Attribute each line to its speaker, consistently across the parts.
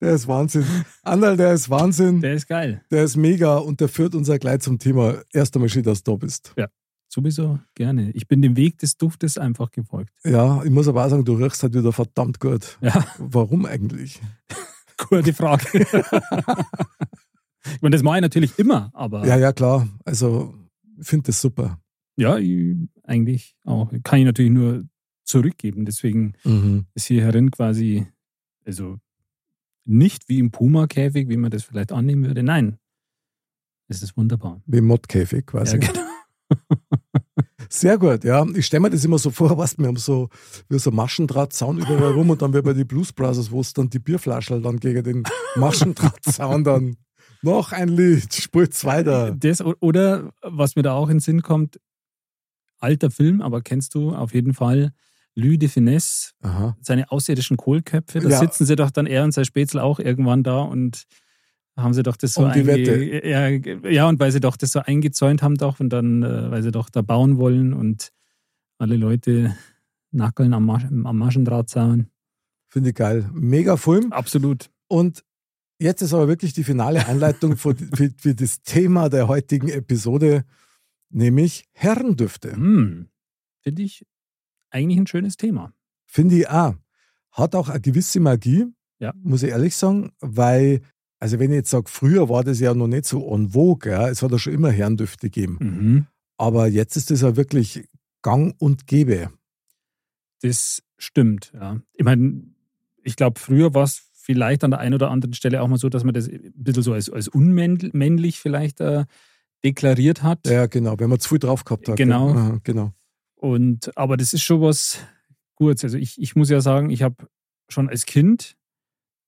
Speaker 1: Der ist Wahnsinn. Anderl, der ist Wahnsinn.
Speaker 2: Der ist geil.
Speaker 1: Der ist mega und der führt uns auch gleich zum Thema. Erst einmal schön, dass du da bist.
Speaker 2: Sowieso gerne. Ich bin dem Weg des Duftes einfach gefolgt.
Speaker 1: Ja, ich muss aber auch sagen, du riechst halt wieder verdammt gut.
Speaker 2: Ja,
Speaker 1: Warum eigentlich?
Speaker 2: gute Frage. ich meine, das mache ich natürlich immer, aber
Speaker 1: Ja,
Speaker 2: ja,
Speaker 1: ja, klar. Also, ich finde das super.
Speaker 2: ich, eigentlich auch. Kann ich natürlich nur zurückgeben. Deswegen ist hier herin quasi, also nicht wie im Puma-Käfig, wie man das vielleicht annehmen würde. Nein, es ist wunderbar.
Speaker 1: Wie im Mottkäfig
Speaker 2: Ja,
Speaker 1: quasi.
Speaker 2: genau.
Speaker 1: Sehr gut, ja. Ich stelle mir das immer so vor, weißt, du, wir haben so, wir so Maschendrahtzaun überall rum und dann wie bei den Blues Brothers, wo es dann die Bierflaschel dann gegen den Maschendrahtzaun dann noch ein Lied, spielt's weiter.
Speaker 2: Das, o- oder was mir da auch in den Sinn kommt, alter Film, aber kennst du auf jeden Fall Lü de Finesse,
Speaker 1: Aha.
Speaker 2: seine außerirdischen Kohlköpfe, da
Speaker 1: Ja.
Speaker 2: sitzen sie doch dann er und sein Spätzle auch irgendwann da und haben sie doch das so
Speaker 1: Um die
Speaker 2: einge-
Speaker 1: Wette.
Speaker 2: Ja, ja, und weil sie doch das so eingezäunt haben doch und dann, äh, weil sie doch da bauen wollen und alle Leute nackeln am, Masch am Maschendrahtzaun.
Speaker 1: Finde ich geil. Mega Film.
Speaker 2: Absolut.
Speaker 1: Und jetzt ist aber wirklich die finale Einleitung für, für, für das Thema der heutigen Episode, nämlich Herrendüfte.
Speaker 2: Hm. Finde ich eigentlich ein schönes Thema.
Speaker 1: Finde ich auch. Hat auch eine gewisse Magie,
Speaker 2: Ja.
Speaker 1: muss ich ehrlich sagen, weil, also wenn ich jetzt sage, früher war das ja noch nicht so en vogue, ja, es hat ja schon immer Herrendüfte gegeben.
Speaker 2: Mhm.
Speaker 1: Aber jetzt ist das ja wirklich gang und gäbe.
Speaker 2: Das stimmt, ja. Ich meine, ich glaube, früher war es vielleicht an der einen oder anderen Stelle auch mal so, dass man das ein bisschen so als, als unmännlich vielleicht äh, deklariert hat.
Speaker 1: Ja, genau, wenn man zu viel drauf gehabt hat.
Speaker 2: Genau.
Speaker 1: gell? Aha, genau.
Speaker 2: Und, aber das ist schon was Gutes. Also ich, ich muss ja sagen, ich habe schon als Kind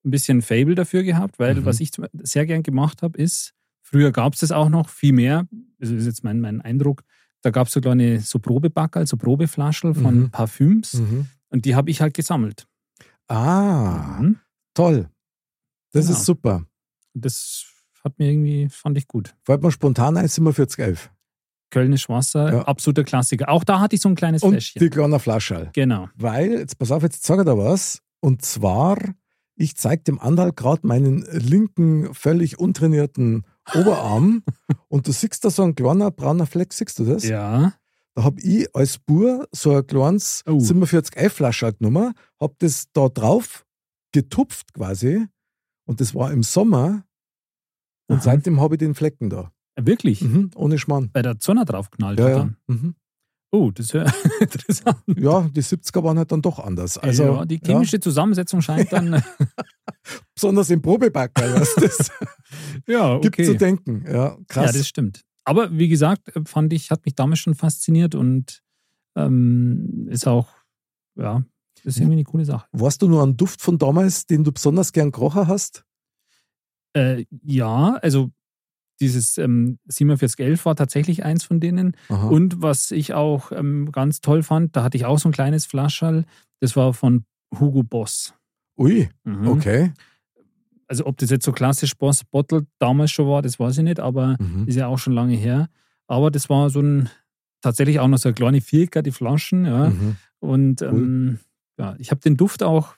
Speaker 2: ein bisschen Fable dafür gehabt, weil
Speaker 1: Mhm.
Speaker 2: was ich zum- sehr gern gemacht habe, ist, früher gab es das auch noch viel mehr, also das ist jetzt mein, mein Eindruck, da gab es so kleine so Probebackerl, so Probeflaschel von
Speaker 1: Mhm.
Speaker 2: Parfüms
Speaker 1: Mhm.
Speaker 2: und die habe ich halt gesammelt.
Speaker 1: Ah,
Speaker 2: Mhm.
Speaker 1: toll. Das
Speaker 2: Genau.
Speaker 1: ist super.
Speaker 2: Das hat mir irgendwie, fand ich gut.
Speaker 1: Fällt mir spontan ein, sind wir 4011.
Speaker 2: Kölnisch Wasser,
Speaker 1: Ja.
Speaker 2: absoluter Klassiker. Auch da hatte ich so ein kleines
Speaker 1: Und
Speaker 2: Fläschchen.
Speaker 1: die kleine Flasche.
Speaker 2: Genau.
Speaker 1: Weil, jetzt pass auf, jetzt sage ich da was. Und zwar, ich zeige dem Andal gerade meinen linken, völlig untrainierten Oberarm. und du siehst da so ein kleiner brauner Fleck, siehst du das?
Speaker 2: Ja.
Speaker 1: Da hab ich als Bur so ein kleines
Speaker 2: Oh.
Speaker 1: 47F-Flasche genommen, hab das da drauf getupft quasi und das war im Sommer und
Speaker 2: Aha.
Speaker 1: seitdem habe ich den Flecken da.
Speaker 2: Wirklich?
Speaker 1: Mhm, ohne Schmarrn.
Speaker 2: Bei der Zonne draufknallt
Speaker 1: Ja,
Speaker 2: hat
Speaker 1: ja.
Speaker 2: dann.
Speaker 1: Mhm.
Speaker 2: Oh, das ist ja interessant.
Speaker 1: ja, die 70er waren halt dann doch anders. Also,
Speaker 2: ja, die chemische Zusammensetzung scheint dann.
Speaker 1: besonders im Probebackerl, weißt du, das
Speaker 2: ja, okay.
Speaker 1: gibt zu denken. Ja,
Speaker 2: ja,
Speaker 1: krass.
Speaker 2: das stimmt. Aber wie gesagt, äh, fand ich, hat mich damals schon fasziniert und ähm, ist auch, ja, ist irgendwie eine coole Sache.
Speaker 1: Warst du nur ein Duft von damals, den du besonders gern gerochen hast?
Speaker 2: Äh, ja, also dieses ähm, 4711 war tatsächlich eins von denen.
Speaker 1: Aha.
Speaker 2: Und was ich auch ähm, ganz toll fand, da hatte ich auch so ein kleines Flascherl, das war von Hugo Boss.
Speaker 1: Ui,
Speaker 2: Mhm.
Speaker 1: okay.
Speaker 2: Also ob das jetzt so klassisch Boss Bottle damals schon war, das weiß ich nicht, aber
Speaker 1: Mhm.
Speaker 2: ist ja auch schon lange her. Aber das war so ein, tatsächlich auch noch so eine kleine Vierer, die Flaschen. Ja.
Speaker 1: Mhm.
Speaker 2: Und ähm, ja, ich habe den Duft auch,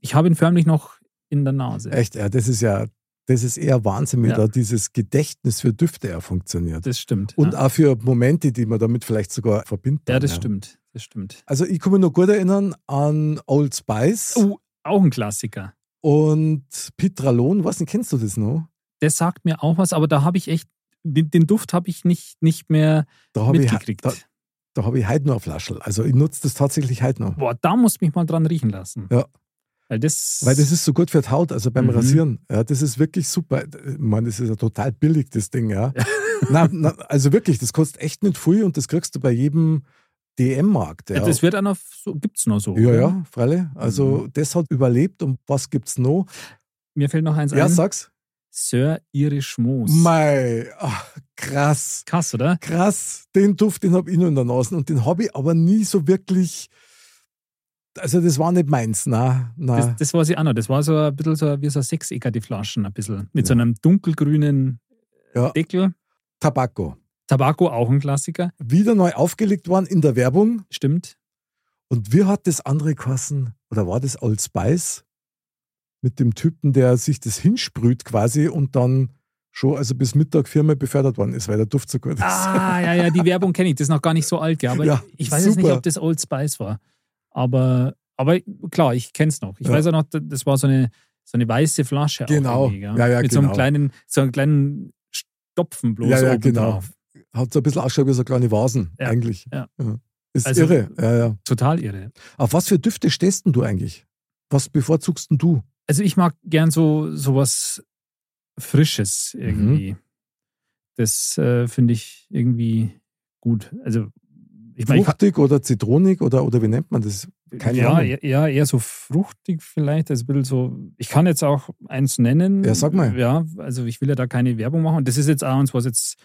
Speaker 2: ich habe ihn förmlich noch in der Nase.
Speaker 1: Echt, ja, das ist ja, das ist eher Wahnsinn, wie
Speaker 2: Ja.
Speaker 1: da dieses Gedächtnis für Düfte ja funktioniert.
Speaker 2: Das stimmt.
Speaker 1: Und
Speaker 2: ja.
Speaker 1: auch für Momente, die man damit vielleicht sogar verbindet.
Speaker 2: ja, das stimmt. Das stimmt.
Speaker 1: Also ich kann mich noch gut erinnern an Old Spice
Speaker 2: Oh, auch ein Klassiker.
Speaker 1: und Pitralon. Was denn, kennst du das noch?
Speaker 2: Der sagt mir auch was, aber da habe ich echt, den, den Duft habe ich nicht, nicht mehr
Speaker 1: Da habe ich,
Speaker 2: mitgekriegt.
Speaker 1: da, da hab ich heute noch eine Flasche. Also ich nutze das tatsächlich heute noch.
Speaker 2: Boah, da muss mich mal dran riechen lassen.
Speaker 1: Ja.
Speaker 2: Weil das,
Speaker 1: Weil das ist so gut für die Haut, also beim
Speaker 2: Mhm.
Speaker 1: Rasieren. Ja, das ist wirklich super. Ich meine, das ist ja total billig, das Ding, ja. na, na, also wirklich, das kostet echt nicht viel und das kriegst du bei jedem DM-Markt. Ja.
Speaker 2: ja, das wird auch noch so, gibt's noch so.
Speaker 1: ja,
Speaker 2: oder? Mhm.
Speaker 1: ja, Freile. Also das hat überlebt und was gibt's noch?
Speaker 2: Mir fällt noch eins
Speaker 1: Ja,
Speaker 2: ein.
Speaker 1: sag's.
Speaker 2: Sir Irish Moos.
Speaker 1: Mei, ach, krass.
Speaker 2: Krass, oder?
Speaker 1: Krass, den Duft, den habe ich nur in der Nase und den habe ich aber nie so wirklich. Also, das war nicht meins, na, na.
Speaker 2: Das, das war sie auch noch. Das war so ein bisschen so wie so Sechsecker, die Flaschen ein bisschen. Mit so einem dunkelgrünen
Speaker 1: Ja.
Speaker 2: Deckel.
Speaker 1: Tabacco.
Speaker 2: Tabako auch ein Klassiker.
Speaker 1: Wieder neu aufgelegt worden in der Werbung.
Speaker 2: Stimmt.
Speaker 1: Und wie hat das andere geheißen? Oder war das Old Spice? Mit dem Typen, der sich das hinsprüht quasi und dann schon, also bis Mittag Firma befördert worden ist, weil der Duft so gut ist.
Speaker 2: Ah, ja, ja, die Werbung kenne ich. Das ist noch gar nicht so alt, gell? aber
Speaker 1: Ja,
Speaker 2: ich weiß jetzt nicht,
Speaker 1: super.
Speaker 2: ob das Old Spice war. Aber, aber klar, ich kenne es noch. Ich
Speaker 1: Ja.
Speaker 2: weiß auch noch, das war so eine, so eine weiße Flasche.
Speaker 1: Genau.
Speaker 2: Auch irgendwie, gell?
Speaker 1: Ja, ja,
Speaker 2: Mit so einem
Speaker 1: genau.
Speaker 2: kleinen, so einem kleinen Stopfen bloß
Speaker 1: Ja, ja,
Speaker 2: oben
Speaker 1: genau.
Speaker 2: drauf.
Speaker 1: Hat so ein bisschen ausgeschaut wie so kleine Vasen,
Speaker 2: Ja,
Speaker 1: eigentlich.
Speaker 2: ja.
Speaker 1: Ist
Speaker 2: Also-
Speaker 1: irre. Ja, ja.
Speaker 2: Total irre.
Speaker 1: Auf was für Düfte stehst denn du eigentlich? Was bevorzugst denn du?
Speaker 2: Also ich mag gern so sowas Frisches
Speaker 1: Mhm.
Speaker 2: irgendwie. Das äh, finde ich irgendwie gut. Also ich meine, ich-
Speaker 1: Fruchtig oder zitronig oder, oder wie nennt man das? Keine
Speaker 2: ja,
Speaker 1: Ahnung.
Speaker 2: eher- Ja, eher so fruchtig vielleicht. Also ein bisschen so, ich kann jetzt auch eins nennen.
Speaker 1: Ja, sag mal.
Speaker 2: Ja, also ich will ja da keine Werbung machen. Und das ist jetzt auch eins, was jetzt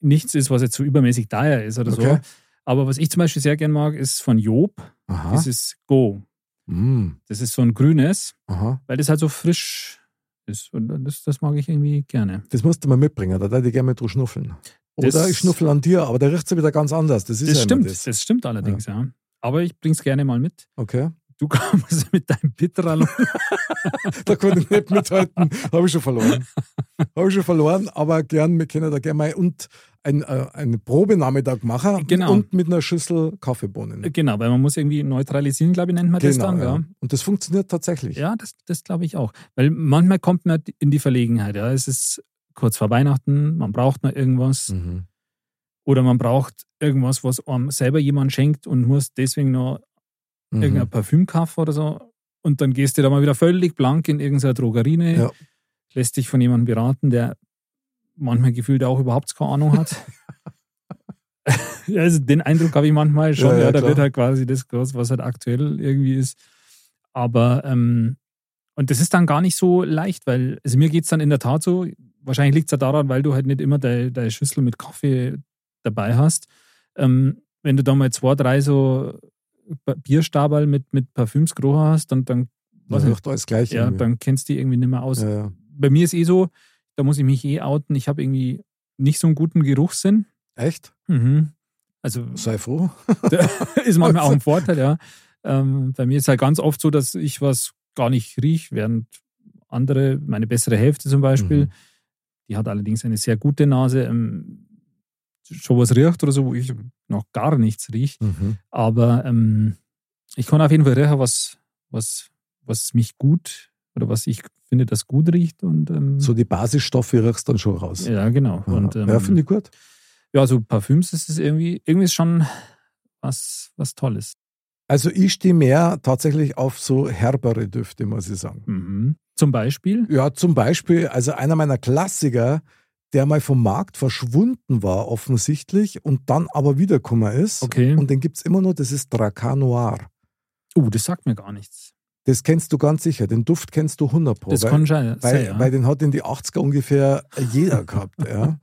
Speaker 2: nichts ist, was jetzt so übermäßig daher ist oder
Speaker 1: Okay.
Speaker 2: so. Aber was ich zum Beispiel sehr gern mag, ist von Job,
Speaker 1: Aha.
Speaker 2: dieses Go.
Speaker 1: Mm,
Speaker 2: Das ist so ein grünes,
Speaker 1: aha.
Speaker 2: weil das halt so frisch ist. Und das, das mag ich irgendwie gerne.
Speaker 1: Das musst du mal mitbringen, da darf ich gerne mit drüber schnuffeln. Oder
Speaker 2: Das-
Speaker 1: ich schnuffel an dir, aber da riecht es wieder ganz anders. Das ist
Speaker 2: Das
Speaker 1: ja
Speaker 2: stimmt,
Speaker 1: Immer
Speaker 2: das.
Speaker 1: das.
Speaker 2: stimmt allerdings, ja. Aber ich bring's gerne mal mit.
Speaker 1: Okay.
Speaker 2: Du kommst mit deinem Bitterl
Speaker 1: Da konnte ich nicht mithalten. Habe ich schon verloren. Habe ich schon verloren, aber gern, wir können da gerne mal und ein, äh, einen Probenachmittag machen
Speaker 2: Genau.
Speaker 1: und mit einer Schüssel Kaffeebohnen. Genau,
Speaker 2: Genau, weil man muss irgendwie neutralisieren, glaube ich, nennt man das dann.
Speaker 1: ja.
Speaker 2: Ja,
Speaker 1: Und das funktioniert tatsächlich.
Speaker 2: ja das, das glaube ich auch. Weil manchmal kommt man in die Verlegenheit. Ja. Es ist kurz vor Weihnachten, man braucht noch irgendwas
Speaker 1: Mhm.
Speaker 2: oder man braucht irgendwas, was einem selber jemand schenkt und muss deswegen noch
Speaker 1: Mhm.
Speaker 2: irgendein Parfüm kaufen oder so. Und dann gehst du da mal wieder völlig blank in irgendeiner Drogerine,
Speaker 1: Ja.
Speaker 2: lässt dich von jemandem beraten, der manchmal gefühlt auch überhaupt keine Ahnung hat. Ja, also den Eindruck habe ich manchmal schon.
Speaker 1: Ja,
Speaker 2: Ja,
Speaker 1: ja,
Speaker 2: da
Speaker 1: klar.
Speaker 2: wird halt quasi das groß, was halt aktuell irgendwie ist. Aber, ähm, und das ist dann gar nicht so leicht, weil, also mir geht es dann in der Tat so, wahrscheinlich liegt es ja daran, weil du halt nicht immer deine deine Schüssel mit Kaffee dabei hast. Ähm, wenn du da mal zwei, drei so Ba- Bierstaberl mit, mit Parfümsgeruch hast, dann, dann,
Speaker 1: Das
Speaker 2: weiß nicht,
Speaker 1: riecht alles gleich.
Speaker 2: ja,
Speaker 1: irgendwie.
Speaker 2: dann kennst du die irgendwie nicht mehr aus.
Speaker 1: ja, ja.
Speaker 2: Bei mir ist eh so, da muss ich mich eh outen, ich habe irgendwie nicht so einen guten Geruchssinn.
Speaker 1: Echt?
Speaker 2: Mhm. Also
Speaker 1: Sei froh.
Speaker 2: ist manchmal auch ein Vorteil, ja. Ähm, bei mir ist halt ganz oft so, dass ich was gar nicht riech, während andere, meine bessere Hälfte zum Beispiel,
Speaker 1: Mhm.
Speaker 2: die hat allerdings eine sehr gute Nase, ähm, schon was riecht oder so, wo ich noch gar nichts riech.
Speaker 1: Mhm.
Speaker 2: Aber ähm, ich kann auf jeden Fall riechen, was, was, was mich gut oder was ich finde, das gut riecht. Und, ähm,
Speaker 1: So die Basisstoffe riechst dann schon raus.
Speaker 2: ja, genau.
Speaker 1: Aha.
Speaker 2: Und, ähm,
Speaker 1: ja, finde ich gut.
Speaker 2: ja, so Parfüms ist es irgendwie, irgendwie ist schon was, was Tolles.
Speaker 1: Also ich stehe mehr tatsächlich auf so herbere Düfte, muss ich sagen.
Speaker 2: Mhm. Zum Beispiel.
Speaker 1: Ja, zum Beispiel, also einer meiner Klassiker, der mal vom Markt verschwunden war, offensichtlich, und dann aber wiedergekommen ist.
Speaker 2: Okay.
Speaker 1: Und den gibt es immer noch, das ist Dracar Noir.
Speaker 2: Uh, das sagt mir gar nichts.
Speaker 1: Das kennst du ganz sicher, den Duft kennst du 100 Pro.
Speaker 2: Das
Speaker 1: weil-
Speaker 2: kann schon
Speaker 1: Weil,
Speaker 2: sein. Ja.
Speaker 1: weil den hat in die 80er ungefähr jeder gehabt. ja.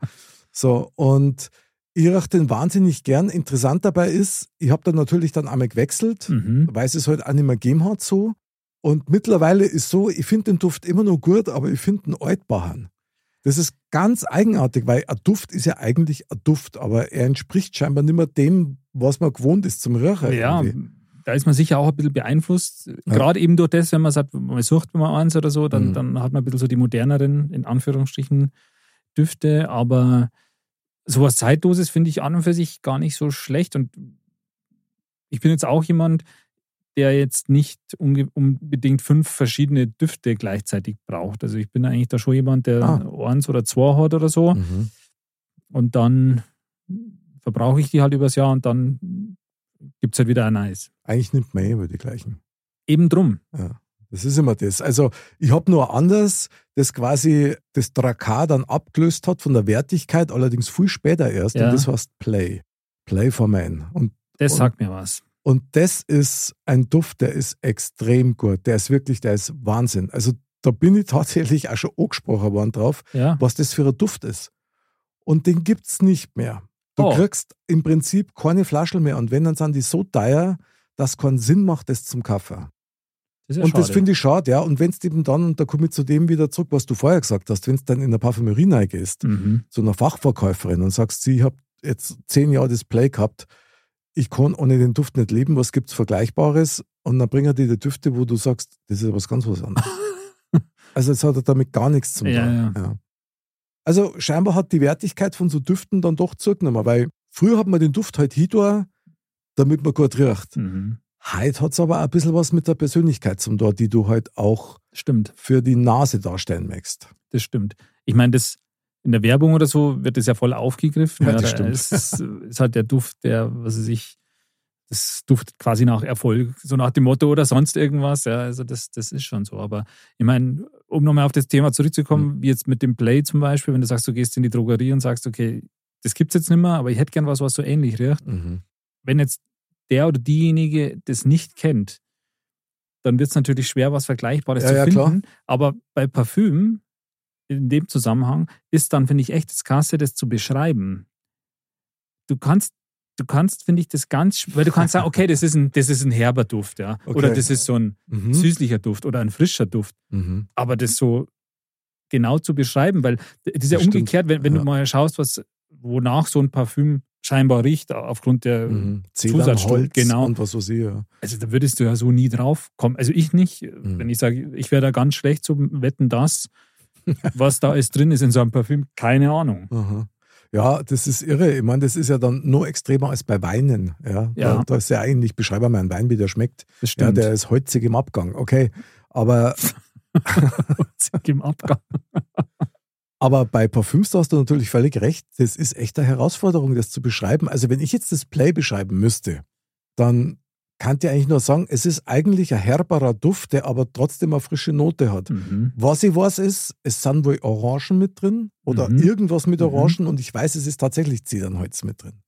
Speaker 1: So, und ich rieche den wahnsinnig gern. Interessant dabei ist, ich habe dann natürlich dann einmal gewechselt,
Speaker 2: mhm.
Speaker 1: weil es es halt auch nicht mehr gegeben hat so. Und mittlerweile ist so, ich finde den Duft immer noch gut, aber ich finde den Altbachern. Das ist ganz eigenartig, weil ein Duft ist ja eigentlich ein Duft, aber er entspricht scheinbar nicht mehr dem, was man gewohnt ist halt zum Röcher.
Speaker 2: Ja, da ist man sicher auch ein bisschen beeinflusst. Gerade eben durch das, wenn man sagt, man sucht mal eins oder so, dann,
Speaker 1: Mhm.
Speaker 2: dann hat man ein bisschen so die moderneren, in Anführungsstrichen, Düfte. Aber sowas Zeitloses finde ich an und für sich gar nicht so schlecht. Und ich bin jetzt auch jemand, der jetzt nicht unge- unbedingt fünf verschiedene Düfte gleichzeitig braucht. Also ich bin eigentlich da schon jemand, der
Speaker 1: Ah.
Speaker 2: eins oder zwei hat oder so.
Speaker 1: Mhm.
Speaker 2: Und dann verbrauche ich die halt übers Jahr und dann gibt es halt wieder ein Eis.
Speaker 1: Eigentlich nimmt man eh über die gleichen.
Speaker 2: Eben drum.
Speaker 1: Ja. Das ist immer das. Also ich habe nur anders, das quasi das Drakar dann abgelöst hat von der Wertigkeit, allerdings viel später erst.
Speaker 2: Ja.
Speaker 1: Und das heißt Play. Play for Man. Und,
Speaker 2: Das
Speaker 1: Und-
Speaker 2: sagt mir was.
Speaker 1: und das ist ein Duft, der ist extrem gut. Der ist wirklich, der ist Wahnsinn. Also da bin ich tatsächlich auch schon angesprochen worden drauf,
Speaker 2: Ja.
Speaker 1: was das für ein Duft ist. Und den gibt es nicht mehr. Du
Speaker 2: Oh.
Speaker 1: kriegst im Prinzip keine Flaschel mehr. Und wenn, dann sind die so teuer, dass keinen Sinn macht, das zum Kaffee.
Speaker 2: Das ist ja
Speaker 1: Und das
Speaker 2: schade.
Speaker 1: finde ich schade, ja. Und wenn es eben dann, und da komme ich zu dem wieder zurück, was du vorher gesagt hast, wenn es dann in der Parfümerie reingehst,
Speaker 2: Mhm.
Speaker 1: zu einer Fachverkäuferin und sagst, sie, ich habe jetzt zehn Jahre das Play gehabt, ich kann ohne den Duft nicht leben, was gibt's Vergleichbares? Und dann bringen die die Düfte, wo du sagst, das ist was ganz was anderes. also es hat damit gar nichts zu tun.
Speaker 2: Ja, ja.
Speaker 1: Also scheinbar hat die Wertigkeit von so Düften dann doch zugenommen, weil früher hat man den Duft halt hitor, damit man gut riecht.
Speaker 2: Mhm.
Speaker 1: Heute hat es aber auch ein bisschen was mit der Persönlichkeit zum Dort, die du halt auch
Speaker 2: Stimmt.
Speaker 1: für die Nase darstellen möchtest.
Speaker 2: Das stimmt. Ich meine, das in der Werbung oder so wird das ja voll aufgegriffen.
Speaker 1: Ja, das
Speaker 2: da
Speaker 1: stimmt.
Speaker 2: Ist, ist halt der Duft, der, was weiß ich, das duftet quasi nach Erfolg, so nach dem Motto oder sonst irgendwas. Ja, also das, das ist schon so. Aber ich meine, um nochmal auf das Thema
Speaker 1: Hm.
Speaker 2: zurückzukommen, wie jetzt mit dem Play zum Beispiel, wenn du sagst, du gehst in die Drogerie und sagst, okay, das gibt's jetzt nicht mehr, aber ich hätte gern was, was so ähnlich riecht
Speaker 1: Mhm.
Speaker 2: wenn jetzt der oder diejenige das nicht kennt, dann wird es natürlich schwer, was Vergleichbares
Speaker 1: Ja,
Speaker 2: zu
Speaker 1: ja,
Speaker 2: finden. Aber bei Parfüm, in dem Zusammenhang, ist dann, finde ich, echt das Kasse, das zu beschreiben. Du kannst, du kannst, finde ich, das ganz, sch- weil du kannst sagen, okay, das ist ein, das ist ein herber Duft, ja. Oder
Speaker 1: Okay.
Speaker 2: das ist so ein
Speaker 1: Mhm.
Speaker 2: süßlicher Duft oder ein frischer Duft
Speaker 1: Mhm.
Speaker 2: aber das so genau zu beschreiben, weil das ist ja
Speaker 1: Das stimmt.
Speaker 2: umgekehrt, wenn, wenn
Speaker 1: Ja.
Speaker 2: du mal schaust, was, wonach so ein Parfüm scheinbar riecht, aufgrund der,
Speaker 1: Mhm.
Speaker 2: Zusatzstoff,
Speaker 1: Zedernholz
Speaker 2: genau.
Speaker 1: und was weiß ich. Ja.
Speaker 2: also da würdest du ja so nie drauf kommen. Also ich nicht,
Speaker 1: Mhm.
Speaker 2: wenn ich sage, ich wäre da ganz schlecht zum Wetten, das, was da alles drin ist in so einem Parfüm, keine Ahnung.
Speaker 1: Aha. ja, das ist irre. Ich meine, das ist ja dann noch extremer als bei Weinen. Ja, Da,
Speaker 2: Ja.
Speaker 1: da ist ja eigentlich, beschreibe mal einen Wein, wie der schmeckt.
Speaker 2: Das
Speaker 1: Ja,
Speaker 2: stimmt.
Speaker 1: der ist holzig im Abgang, okay. Aber,
Speaker 2: Im Abgang.
Speaker 1: aber bei Parfüms da hast du natürlich völlig recht. Das ist echt eine Herausforderung, das zu beschreiben. Also wenn ich jetzt das Play beschreiben müsste, dann kann ich eigentlich nur sagen, es ist eigentlich ein herberer Duft, der aber trotzdem eine frische Note hat.
Speaker 2: Mhm.
Speaker 1: Was ich weiß ist, es sind wohl Orangen mit drin oder
Speaker 2: Mhm.
Speaker 1: irgendwas mit
Speaker 2: Mhm.
Speaker 1: Orangen und ich weiß, es ist tatsächlich Zedernholz mit drin.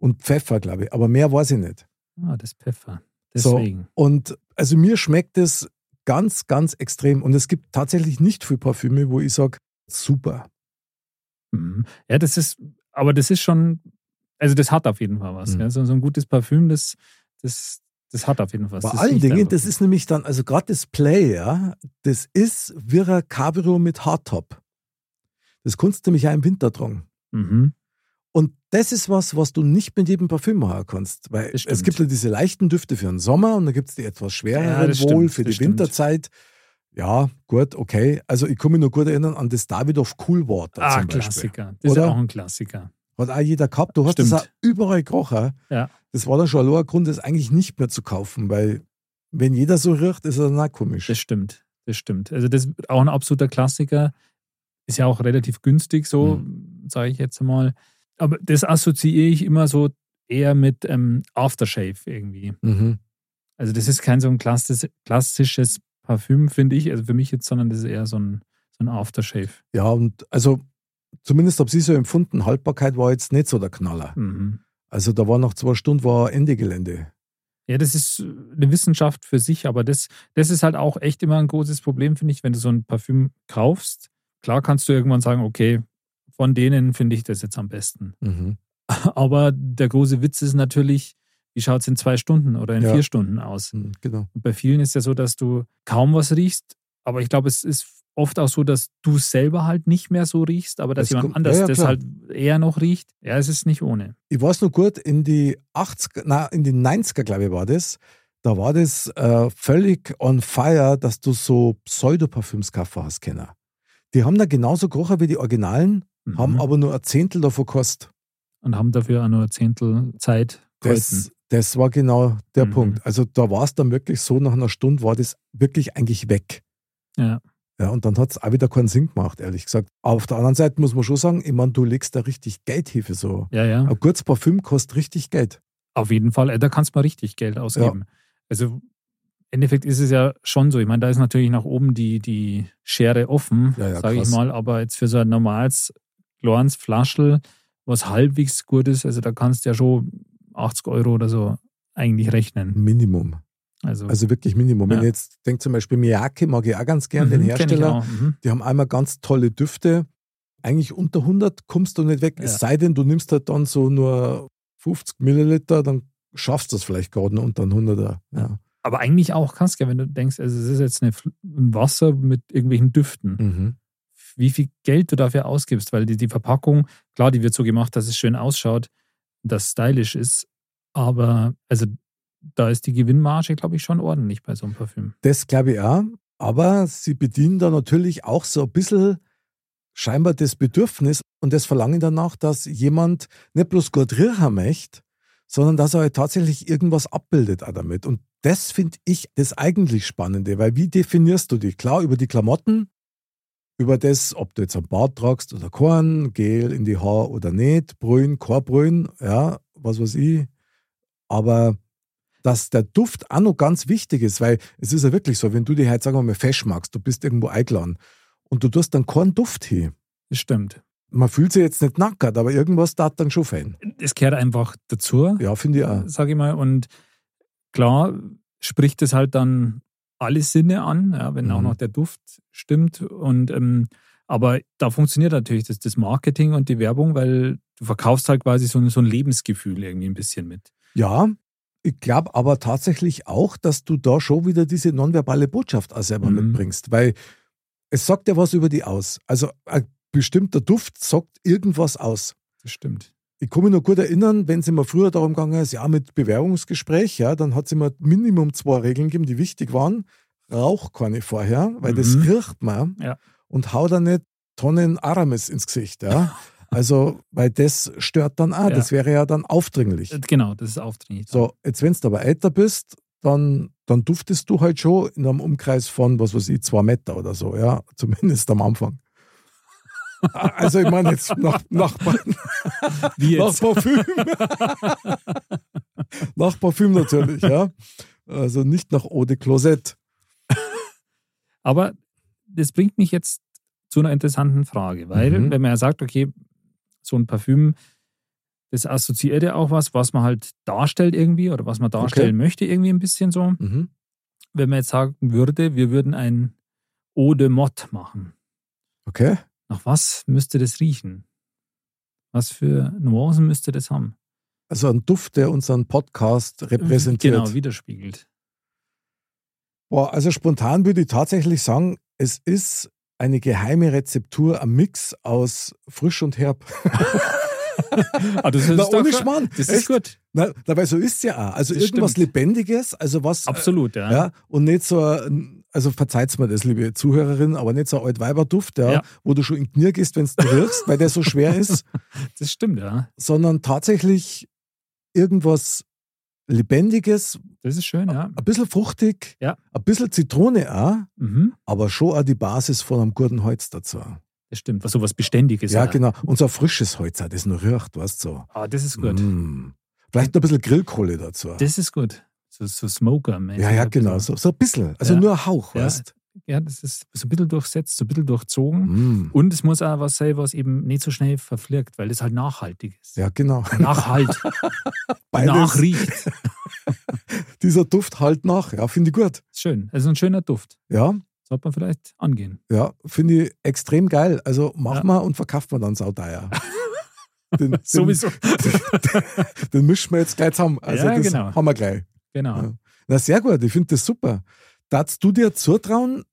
Speaker 1: Und Pfeffer, glaube ich, aber mehr weiß ich nicht.
Speaker 2: Ah, das Pfeffer.
Speaker 1: So.
Speaker 2: Deswegen.
Speaker 1: Und also mir schmeckt es ganz, ganz extrem. Und es gibt tatsächlich nicht viele Parfüme, wo ich sage, super.
Speaker 2: Mhm. Ja, das ist, aber das ist schon, also das hat auf jeden Fall was.
Speaker 1: Mhm.
Speaker 2: Ja. So, so ein gutes Parfüm, das, das, das hat auf jeden Fall was.
Speaker 1: Bei
Speaker 2: Das
Speaker 1: allen
Speaker 2: riecht
Speaker 1: Dingen,
Speaker 2: einfach
Speaker 1: das
Speaker 2: gut.
Speaker 1: ist nämlich dann, also gerade das Play, ja, das ist wirrer Cabrio mit Hardtop. Das kannst du nämlich auch im Winter tragen.
Speaker 2: Mhm.
Speaker 1: Und das ist was, was du nicht mit jedem Parfüm machen kannst. Weil
Speaker 2: Das
Speaker 1: es
Speaker 2: stimmt.
Speaker 1: gibt ja diese leichten Düfte für den Sommer und dann gibt es die etwas
Speaker 2: Ja,
Speaker 1: schwereren
Speaker 2: das
Speaker 1: wohl
Speaker 2: stimmt,
Speaker 1: für die
Speaker 2: das stimmt.
Speaker 1: Winterzeit. Ja, gut, okay. Also ich kann mich nur gut erinnern an das Davidoff Cool Water
Speaker 2: Ah,
Speaker 1: zum Beispiel.
Speaker 2: Klassiker. Das
Speaker 1: Oder?
Speaker 2: ist auch ein Klassiker.
Speaker 1: Hat auch jeder gehabt. Du hast
Speaker 2: Stimmt.
Speaker 1: das auch überall gerochen.
Speaker 2: Ja.
Speaker 1: Das war dann schon allein ein Grund, das eigentlich nicht mehr zu kaufen, weil wenn jeder so riecht, ist er dann auch komisch.
Speaker 2: Das stimmt. Das stimmt. Also, das ist auch ein absoluter Klassiker. Ist ja auch relativ günstig, so, sage ich jetzt mal. Aber das assoziiere ich immer so eher mit ähm, Aftershave irgendwie.
Speaker 1: Mhm.
Speaker 2: Also, das ist kein so ein klassisches, klassisches Parfüm, finde ich. Also für mich jetzt, sondern das ist eher so ein, so ein Aftershave.
Speaker 1: Ja, und also zumindest habe ich so empfunden, Haltbarkeit war jetzt nicht so der Knaller.
Speaker 2: Mhm.
Speaker 1: Also da war nach zwei Stunden war Ende Gelände.
Speaker 2: Ja, das ist eine Wissenschaft für sich, aber das, das ist halt auch echt immer ein großes Problem, finde ich, wenn du so ein Parfüm kaufst. Klar kannst du irgendwann sagen, okay, von denen finde ich das jetzt am besten.
Speaker 1: Mhm.
Speaker 2: Aber der große Witz ist natürlich, wie schaut es in zwei Stunden oder in
Speaker 1: Ja.
Speaker 2: vier Stunden aus?
Speaker 1: Mhm, Genau.
Speaker 2: Und bei vielen ist ja so, dass du kaum was riechst, aber ich glaube, es ist oft auch so, dass du selber halt nicht mehr so riechst, aber dass
Speaker 1: Das
Speaker 2: jemand
Speaker 1: kommt-
Speaker 2: anders
Speaker 1: ja, ja,
Speaker 2: das
Speaker 1: klar.
Speaker 2: halt eher noch riecht. Ja, es ist nicht ohne.
Speaker 1: Ich weiß noch gut, in die 80er, na, in die 90er, glaube ich, war das. Da war das äh, völlig on fire, dass du so Pseudoparfümskaffer hast, Kenner. Die haben da genauso gerochen wie die Originalen,
Speaker 2: Mhm.
Speaker 1: haben aber nur ein Zehntel davon gekostet.
Speaker 2: Und haben dafür auch nur ein Zehntel Zeit.
Speaker 1: Das, das war genau der
Speaker 2: Mhm.
Speaker 1: Punkt. Also da war es dann wirklich so, nach einer Stunde war das wirklich eigentlich weg.
Speaker 2: Ja.
Speaker 1: Ja, und dann hat es auch wieder keinen Sinn gemacht, ehrlich gesagt. Aber auf der anderen Seite muss man schon sagen, ich meine, du legst da richtig Geld hin für so.
Speaker 2: Ja, ja.
Speaker 1: Ein gutes Parfüm kostet richtig Geld.
Speaker 2: Auf jeden Fall, äh, da kannst du mal richtig Geld ausgeben. Also Endeffekt ist es ja schon so. Ich meine, da ist natürlich nach oben die, die Schere offen,
Speaker 1: Ja, ja,
Speaker 2: sage ich
Speaker 1: krass.
Speaker 2: mal. Aber jetzt für so ein normales kleines Flaschel, was halbwegs gut ist, also da kannst du ja schon 80 Euro oder so eigentlich rechnen.
Speaker 1: Minimum.
Speaker 2: Also,
Speaker 1: Mhm. Also wirklich Minimum. Wenn
Speaker 2: Ja.
Speaker 1: ich jetzt denke zum Beispiel Miyake, mag ich auch ganz gern, den
Speaker 2: Mhm, kenn ich
Speaker 1: Hersteller.
Speaker 2: auch, mhm.
Speaker 1: Die haben einmal ganz tolle Düfte. Eigentlich unter 100 kommst du nicht weg,
Speaker 2: Ja.
Speaker 1: es sei denn, du nimmst halt dann so nur 50 Milliliter, dann schaffst du es vielleicht gerade noch unter einen 100er. Ja.
Speaker 2: Aber eigentlich auch krass, gell, wenn du denkst, also es ist jetzt eine, Fl- ein Wasser mit irgendwelchen Düften.
Speaker 1: Mhm.
Speaker 2: Wie viel Geld du dafür ausgibst, weil die, die Verpackung, klar, die wird so gemacht, dass es schön ausschaut, dass stylisch ist, aber also da ist die Gewinnmarge, glaube ich, schon ordentlich bei so einem Parfüm.
Speaker 1: Das glaube ich auch. Aber sie bedienen da natürlich auch so ein bisschen scheinbar das Bedürfnis und das Verlangen danach, dass jemand nicht bloß gut riechen möchte, sondern dass er halt tatsächlich irgendwas abbildet auch damit. Und das finde ich das eigentlich Spannende, weil wie definierst du dich? Klar, über die Klamotten, über das, ob du jetzt einen Bart tragst oder Korn, Gel in die Haare oder nicht, Brühen, Korbrühen, ja, was weiß ich. Aber dass der Duft auch noch ganz wichtig ist, weil es ist ja wirklich so, wenn du dich halt, sagen wir mal, fesch magst, du bist irgendwo eingeladen und du tust dann keinen Duft hin.
Speaker 2: Das stimmt.
Speaker 1: Man fühlt sich jetzt nicht nackert, aber irgendwas tat dann schon fein.
Speaker 2: Es gehört einfach dazu,
Speaker 1: Ja, finde ich auch.
Speaker 2: sage ich mal. Und klar spricht es halt dann alle Sinne an, ja, wenn auch
Speaker 1: Mhm.
Speaker 2: noch der Duft stimmt. Und ähm, aber da funktioniert natürlich das, das Marketing und die Werbung, weil du verkaufst halt quasi so ein, so ein Lebensgefühl irgendwie ein bisschen mit.
Speaker 1: Ja, ich glaube aber tatsächlich auch, dass du da schon wieder diese nonverbale Botschaft auch selber
Speaker 2: Mhm.
Speaker 1: mitbringst, weil es sagt ja was über die aus. Also ein bestimmter Duft sagt irgendwas aus.
Speaker 2: Das stimmt.
Speaker 1: Ich kann mich noch gut erinnern, wenn es immer früher darum gegangen ist, ja, mit Bewerbungsgespräch, ja, dann hat es immer Minimum zwei Regeln gegeben, die wichtig waren. Rauch kann ich vorher, weil das
Speaker 2: Mhm.
Speaker 1: riecht man
Speaker 2: Ja.
Speaker 1: und hau da nicht Tonnen Aramis ins Gesicht, ja. Also, weil das stört dann
Speaker 2: Ja.
Speaker 1: auch, das wäre ja dann aufdringlich.
Speaker 2: Genau, das ist aufdringlich.
Speaker 1: So, jetzt wenn du aber älter bist, dann, dann duftest du halt schon in einem Umkreis von, was weiß ich, zwei Meter oder so, ja, zumindest am Anfang. Also ich meine jetzt nach, Nachbarn.
Speaker 2: Wie
Speaker 1: Nach
Speaker 2: jetzt?
Speaker 1: Parfüm. nach Parfüm natürlich, ja. Also nicht nach Eau de Closet.
Speaker 2: Aber das bringt mich jetzt zu einer interessanten Frage, weil
Speaker 1: Mhm.
Speaker 2: wenn man ja sagt, okay, so ein Parfüm, das assoziiert ja auch was, was man halt darstellt irgendwie oder was man darstellen möchte irgendwie ein bisschen so. Wenn man jetzt sagen würde, wir würden ein Eau de Mott machen,
Speaker 1: Okay.
Speaker 2: nach was müsste das riechen? Was für Nuancen müsste das haben?
Speaker 1: Also ein Duft, der unseren Podcast repräsentiert.
Speaker 2: Genau, widerspiegelt.
Speaker 1: Boah, also spontan würde ich tatsächlich sagen, es ist eine geheime Rezeptur, ein Mix aus frisch und herb.
Speaker 2: Ah, das
Speaker 1: Na,
Speaker 2: doch-
Speaker 1: ohne Schmarrn.
Speaker 2: Das ist
Speaker 1: Echt?
Speaker 2: gut.
Speaker 1: Na, dabei so ist es ja auch. Also
Speaker 2: Das
Speaker 1: irgendwas
Speaker 2: stimmt.
Speaker 1: Lebendiges, also was.
Speaker 2: Absolut,
Speaker 1: Äh, ja, und nicht so, ein- also verzeiht's mir das, liebe Zuhörerin, aber nicht so ein Altweiberduft, ja,
Speaker 2: Ja.
Speaker 1: wo du schon in den Knirr gehst, wenn du riechst, weil der so schwer ist.
Speaker 2: Das stimmt, ja.
Speaker 1: sondern tatsächlich irgendwas Lebendiges,
Speaker 2: Das ist schön, ja.
Speaker 1: ein bisschen fruchtig,
Speaker 2: Ja.
Speaker 1: ein bisschen Zitrone auch,
Speaker 2: Mhm.
Speaker 1: aber schon auch die Basis von einem guten Holz dazu.
Speaker 2: Das stimmt, was sowas Beständiges.
Speaker 1: ja,
Speaker 2: hat.
Speaker 1: genau. Und so ein frisches Holz auch, das noch riecht, weißt du. So.
Speaker 2: Ah, das ist gut.
Speaker 1: Mm. Vielleicht noch ein bisschen Grillkohle dazu.
Speaker 2: Das ist gut. So, so Smoker-mäßig.
Speaker 1: ja, ja,
Speaker 2: ein bisschen.
Speaker 1: genau. So, so ein bisschen. Also
Speaker 2: Ja.
Speaker 1: nur ein Hauch,
Speaker 2: Ja.
Speaker 1: weißt
Speaker 2: Ja, das ist so ein bisschen durchsetzt, so ein bisschen durchzogen.
Speaker 1: Mm.
Speaker 2: Und es muss auch was sein, was eben nicht so schnell verflirgt, weil das halt nachhaltig ist.
Speaker 1: Ja, genau.
Speaker 2: Nachhalt,
Speaker 1: Beides.
Speaker 2: nachriecht.
Speaker 1: Dieser Duft halt nach. Ja, finde ich gut.
Speaker 2: Schön. Also ein schöner Duft.
Speaker 1: Ja,
Speaker 2: Sollte man vielleicht angehen.
Speaker 1: Ja, finde ich extrem geil. Also mach
Speaker 2: Ja.
Speaker 1: mal und verkauft man dann sauteier. Den, den,
Speaker 2: Sowieso.
Speaker 1: Den, den mischen wir jetzt gleich zusammen. Also
Speaker 2: Ja,
Speaker 1: das
Speaker 2: genau.
Speaker 1: haben wir gleich.
Speaker 2: Genau.
Speaker 1: Ja. Na sehr gut, ich finde das super. Darfst du dir zutrauen,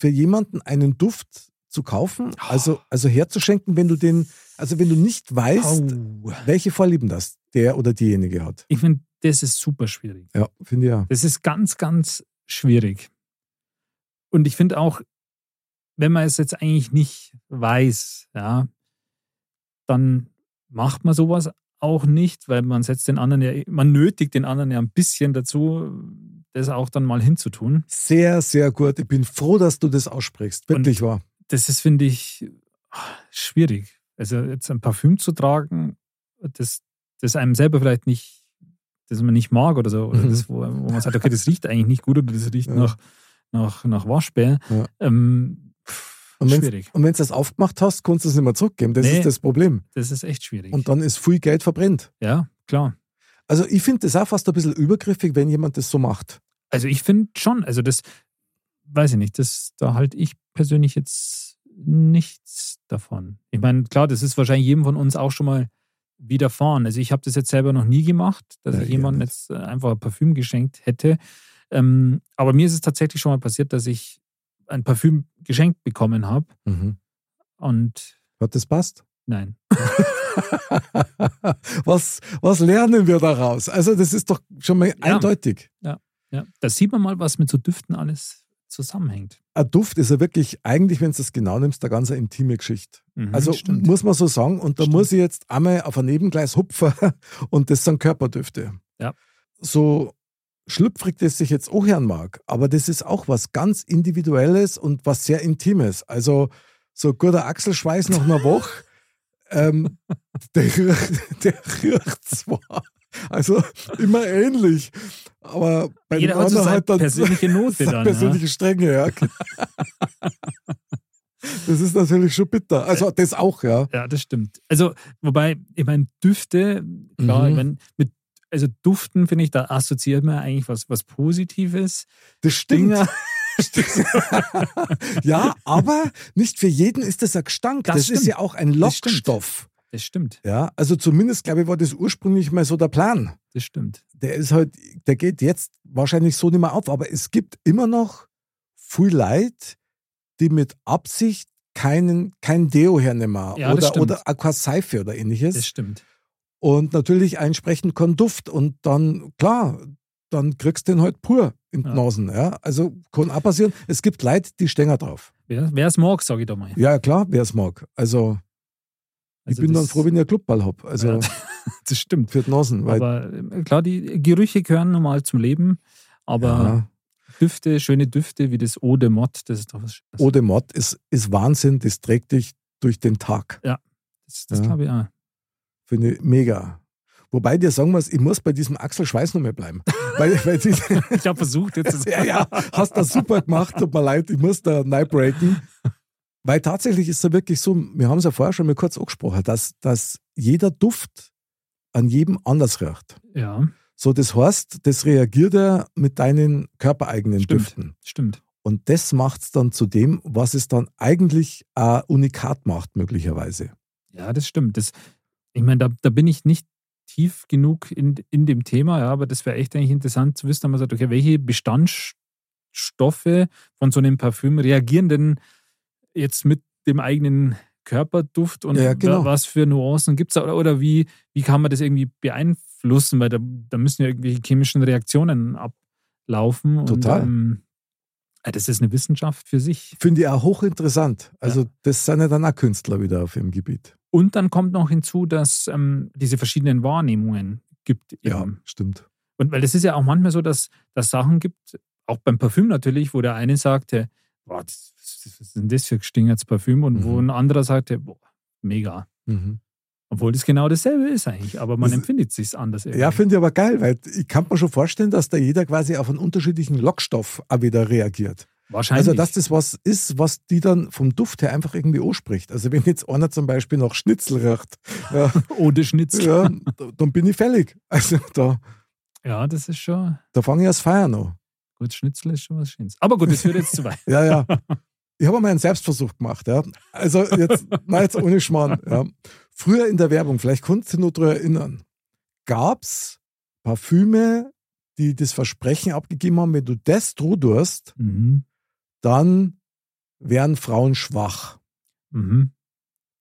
Speaker 1: für jemanden einen Duft zu kaufen,
Speaker 2: Oh.
Speaker 1: also, also herzuschenken, wenn du den, also wenn du nicht weißt,
Speaker 2: Au.
Speaker 1: welche Vorlieben das der oder diejenige hat?
Speaker 2: Ich finde, das ist super schwierig.
Speaker 1: Ja, finde ich ja.
Speaker 2: Das ist ganz, ganz schwierig. Und ich finde auch, wenn man es jetzt eigentlich nicht weiß, ja, dann macht man sowas auch nicht, weil man setzt den anderen ja, man nötigt den anderen ja ein bisschen dazu, das auch dann mal hinzutun.
Speaker 1: Sehr, sehr gut. Ich bin froh, dass du das aussprichst.
Speaker 2: Und-
Speaker 1: Wirklich wahr.
Speaker 2: Das ist, finde ich, schwierig. Also jetzt ein Parfüm zu tragen, das, das einem selber vielleicht nicht das man nicht mag oder so, oder
Speaker 1: Mhm.
Speaker 2: das, wo, wo man sagt, okay, das riecht eigentlich nicht gut oder das riecht
Speaker 1: Ja.
Speaker 2: nach, nach, nach Waschbär,
Speaker 1: Ja.
Speaker 2: ähm, pff,
Speaker 1: Und wenn's-
Speaker 2: schwierig.
Speaker 1: Und wenn du das aufgemacht hast, kannst du es nicht mehr zurückgeben. Das
Speaker 2: Nee.
Speaker 1: ist das Problem.
Speaker 2: Das ist echt schwierig.
Speaker 1: Und dann ist viel Geld verbrennt.
Speaker 2: ja, klar.
Speaker 1: Also ich finde das auch fast ein bisschen übergriffig, wenn jemand das so macht.
Speaker 2: Also ich finde schon, also das weiß ich nicht, das da halte ich persönlich jetzt nichts davon. Ich meine, klar, das ist wahrscheinlich jedem von uns auch schon mal widerfahren. Also ich habe das jetzt selber noch nie gemacht, dass
Speaker 1: Ja,
Speaker 2: ich
Speaker 1: ich auch
Speaker 2: jemandem
Speaker 1: nicht.
Speaker 2: jetzt äh, einfach ein Parfüm geschenkt hätte. Ähm, aber mir ist es tatsächlich schon mal passiert, dass ich ein Parfüm geschenkt bekommen habe und
Speaker 1: Hat das passt?
Speaker 2: nein.
Speaker 1: was, was lernen wir daraus? Also das ist doch schon mal eindeutig.
Speaker 2: Ja, da sieht man mal, was mit so Düften alles zusammenhängt.
Speaker 1: Ein Duft ist ja wirklich, eigentlich, wenn du es genau nimmst, eine ganz eine intime Geschichte.
Speaker 2: Mhm,
Speaker 1: Also
Speaker 2: stimmt.
Speaker 1: muss man so sagen. Und da
Speaker 2: Stimmt.
Speaker 1: muss ich jetzt einmal auf ein Nebengleis hupfen und das sind Körperdüfte.
Speaker 2: Ja.
Speaker 1: So schlüpfrig das sich jetzt auch hören mag, aber das ist auch was ganz Individuelles und was sehr Intimes. Also so ein guter Achselschweiß nach einer Woche, ähm, der, riecht- der riecht zwar, also immer ähnlich, aber bei
Speaker 2: Jeder
Speaker 1: dem
Speaker 2: hat so
Speaker 1: anderen
Speaker 2: seine
Speaker 1: halt dann
Speaker 2: persönliche Note
Speaker 1: seine
Speaker 2: dann. ja.
Speaker 1: persönliche Strenge, ja. Das ist natürlich schon bitter.
Speaker 2: Äh,
Speaker 1: Also das auch, ja.
Speaker 2: Ja, das stimmt. Also, wobei, ich meine, Düfte, klar,
Speaker 1: Mhm.
Speaker 2: ich meine, mit, also Duften, finde ich, da assoziiert man eigentlich was, was Positives.
Speaker 1: Das stinkt.
Speaker 2: Dinger,
Speaker 1: ja, aber nicht für jeden ist das ein Gestank.
Speaker 2: Das
Speaker 1: Das, ist
Speaker 2: stimmt.
Speaker 1: ja auch ein
Speaker 2: Das stimmt.
Speaker 1: Lockstoff.
Speaker 2: das stimmt,
Speaker 1: Ja, also zumindest, glaube ich, war das ursprünglich mal so der Plan.
Speaker 2: das stimmt.
Speaker 1: Der ist halt, der geht jetzt wahrscheinlich so nicht mehr auf, aber es gibt immer noch viel Leid, die mit Absicht keinen, kein Deo hernehmen
Speaker 2: Ja, das
Speaker 1: oder,
Speaker 2: stimmt.
Speaker 1: oder auch keine Seife oder ähnliches.
Speaker 2: Das stimmt.
Speaker 1: und natürlich entsprechend keinen Duft. Und dann, klar, dann kriegst du den halt pur in die
Speaker 2: Ja.
Speaker 1: Nasen. Ja? Also kann auch passieren. Es gibt Leute, die stänger drauf.
Speaker 2: Wer es mag, sage ich da mal.
Speaker 1: Ja, klar, wer es mag. Also,
Speaker 2: Also
Speaker 1: ich bin
Speaker 2: das,
Speaker 1: dann froh, wenn ich einen Clubball hab Also
Speaker 2: Ja. Das stimmt.
Speaker 1: für die Nasen. Weil,
Speaker 2: Aber äh, klar, die Gerüche gehören normal zum Leben, aber
Speaker 1: ja.
Speaker 2: Düfte, schöne Düfte wie das Eau de Mott, das ist doch was Schönes.
Speaker 1: Eau de Mott ist, ist Wahnsinn, das trägt dich durch den Tag.
Speaker 2: das das
Speaker 1: Ja.
Speaker 2: glaube ich auch.
Speaker 1: Finde ich mega. Wobei dir sagen muss, ich muss bei diesem Axel Schweiß noch mehr bleiben. weil, weil die,
Speaker 2: Ich habe versucht, jetzt
Speaker 1: ja, ja, hast das super gemacht, tut mir leid, ich muss da neu breaken. Weil tatsächlich ist es ja wirklich so, wir haben es ja vorher schon mal kurz angesprochen, dass, dass jeder Duft an jedem anders riecht.
Speaker 2: ja,
Speaker 1: So, das heißt, das reagiert er mit deinen körpereigenen
Speaker 2: Stimmt.
Speaker 1: Düften.
Speaker 2: stimmt.
Speaker 1: Und das macht es dann zu dem, was es dann eigentlich auch unikat macht, möglicherweise.
Speaker 2: Ja, das stimmt. Das, ich meine, da, da bin ich nicht tief genug in, in dem Thema, ja, aber das wäre echt eigentlich interessant zu wissen, wenn man sagt, okay, welche Bestandstoffe von so einem Parfüm reagieren denn jetzt mit dem eigenen Körperduft und
Speaker 1: Ja, ja, genau.
Speaker 2: wa- was für Nuancen gibt es da oder, oder wie, wie kann man das irgendwie beeinflussen, weil da, da müssen ja irgendwelche chemischen Reaktionen ablaufen.
Speaker 1: Total.
Speaker 2: Und, ähm, ah, das ist eine Wissenschaft für sich.
Speaker 1: Finde ich auch hochinteressant. Also, das sind ja dann auch Künstler wieder auf ihrem Gebiet.
Speaker 2: Und dann kommt noch hinzu, dass ähm, diese verschiedenen Wahrnehmungen gibt. Eben.
Speaker 1: Ja, stimmt.
Speaker 2: Und weil das ist ja auch manchmal so, dass dass Sachen gibt, auch beim Parfüm natürlich, wo der eine sagte, boah, das, das, was ist denn das für ein gestingertes Parfüm? Und wo ein anderer sagte, boah, mega.
Speaker 1: Mhm.
Speaker 2: Obwohl das genau dasselbe ist eigentlich, aber man
Speaker 1: Das-
Speaker 2: empfindet sich anders. Irgendwie.
Speaker 1: Ja, finde ich aber geil, weil ich kann mir schon vorstellen, dass da jeder quasi auf einen unterschiedlichen Lockstoff auch wieder reagiert.
Speaker 2: Wahrscheinlich.
Speaker 1: Also, dass das was ist, was die dann vom Duft her einfach irgendwie anspricht. Also, wenn jetzt einer zum Beispiel nach Schnitzel riecht, ja,
Speaker 2: Ohne Schnitzel.
Speaker 1: ja, da- dann bin ich fällig. Also, da,
Speaker 2: Ja, das ist schon.
Speaker 1: da fange ich das Feiern an.
Speaker 2: Gut, Schnitzel ist schon was Schönes. Aber gut, das wird jetzt zu weit.
Speaker 1: Ja, ja. Ich habe mal einen Selbstversuch gemacht. Ja. Also, jetzt, nein, jetzt ohne Schmarrn. Ja. Früher in der Werbung, vielleicht kannst du dich noch daran erinnern, gab es Parfüme, die das Versprechen abgegeben haben, wenn du das tust,
Speaker 2: Mhm.
Speaker 1: dann werden Frauen schwach.
Speaker 2: Mhm.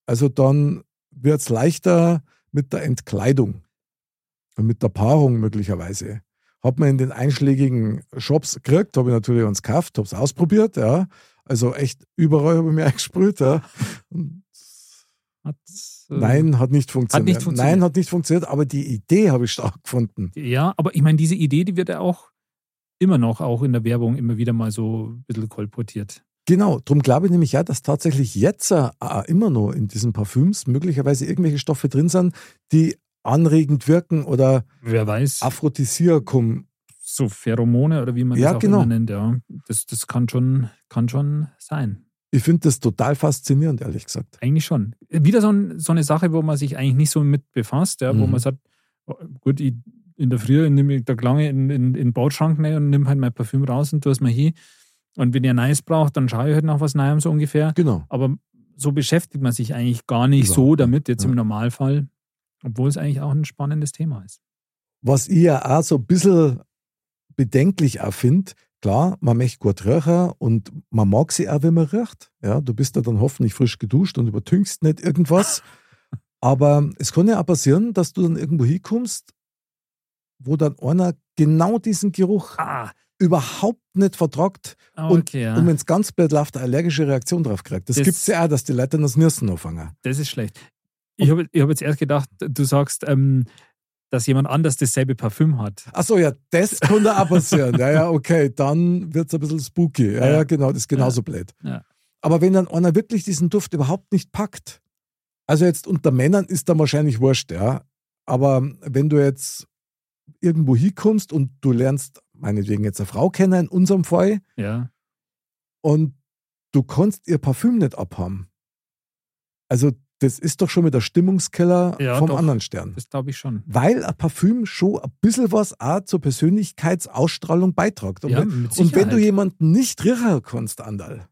Speaker 1: Also dann wird es leichter mit der Entkleidung und mit der Paarung möglicherweise. Hat man in den einschlägigen Shops gekriegt, habe ich natürlich uns gekauft, habe es ausprobiert, ja. Also echt überall habe ich mir eingesprüht, ja. Und
Speaker 2: Hat, äh,
Speaker 1: Nein, Mhm. hat nicht funktioniert.
Speaker 2: funktioniert.
Speaker 1: Nein, hat nicht funktioniert, aber die Idee habe ich stark gefunden.
Speaker 2: Ja, aber ich meine, diese Idee, die wird ja auch immer noch, auch in der Werbung, immer wieder mal so ein bisschen kolportiert.
Speaker 1: Genau, darum glaube ich nämlich ja, dass tatsächlich jetzt äh, auch immer noch in diesen Parfüms möglicherweise irgendwelche Stoffe drin sind, die anregend wirken oder
Speaker 2: Wer weiß,
Speaker 1: Aphrodisiakum.
Speaker 2: so Pheromone oder wie man
Speaker 1: Ja,
Speaker 2: das auch
Speaker 1: genau.
Speaker 2: immer nennt, ja. Das, das kann, schon, kann schon sein.
Speaker 1: Ich finde das total faszinierend, ehrlich gesagt.
Speaker 2: Eigentlich schon. Wieder so, ein, so eine Sache, wo man sich eigentlich nicht so mit befasst, ja, wo
Speaker 1: Mhm.
Speaker 2: man sagt, oh, gut, ich, in der Früh nehme ich da lange in, in, in den Bauschrank rein und nehme halt mein Parfüm raus und tue es mal hin. Und wenn ihr Neues braucht, dann schaue ich halt nach was Neuem so ungefähr.
Speaker 1: Genau.
Speaker 2: Aber so beschäftigt man sich eigentlich gar nicht
Speaker 1: Überhaupt
Speaker 2: so
Speaker 1: nicht,
Speaker 2: damit, jetzt
Speaker 1: ja.
Speaker 2: im Normalfall, obwohl es eigentlich auch ein spannendes Thema ist.
Speaker 1: Was ich ja auch so ein bisschen bedenklich auch finde, klar, man möchte gut riechen und man mag sie auch, wenn man riecht. Ja, du bist ja dann hoffentlich frisch geduscht und übertünkst nicht irgendwas. Aber es kann ja auch passieren, dass du dann irgendwo hinkommst, wo dann einer genau diesen Geruch
Speaker 2: Ah,
Speaker 1: überhaupt nicht vertragt
Speaker 2: okay. ja.
Speaker 1: und um wenn es ganz blöd läuft, eine allergische Reaktion drauf kriegt. Das,
Speaker 2: Das-
Speaker 1: gibt's ja auch, dass die Leute dann das Nirsen anfangen.
Speaker 2: Das ist schlecht. Ich habe ich hab jetzt erst gedacht, du sagst, ähm, dass jemand anders dasselbe Parfüm hat.
Speaker 1: Achso, ja, das konnte auch passieren. Ja, ja, okay, dann wird es ein bisschen spooky. Ja,
Speaker 2: Ja.
Speaker 1: ja, genau, das ist genauso blöd.
Speaker 2: Ja.
Speaker 1: Aber wenn dann einer wirklich diesen Duft überhaupt nicht packt, also jetzt unter Männern ist dann wahrscheinlich wurscht, ja. Aber wenn du jetzt irgendwo hinkommst und du lernst meinetwegen jetzt eine Frau kennen, in unserem Fall,
Speaker 2: Ja.
Speaker 1: und du kannst ihr Parfüm nicht abhaben. Also, das ist doch schon wieder Stimmungskeller
Speaker 2: Ja,
Speaker 1: vom
Speaker 2: doch.
Speaker 1: anderen Stern
Speaker 2: Das glaube ich schon.
Speaker 1: weil ein Parfüm schon ein bisschen was auch zur Persönlichkeitsausstrahlung beiträgt. Und,
Speaker 2: Ja,
Speaker 1: wenn,
Speaker 2: mit
Speaker 1: und wenn du
Speaker 2: Sicherheit.
Speaker 1: jemanden nicht riechen kannst, Andal,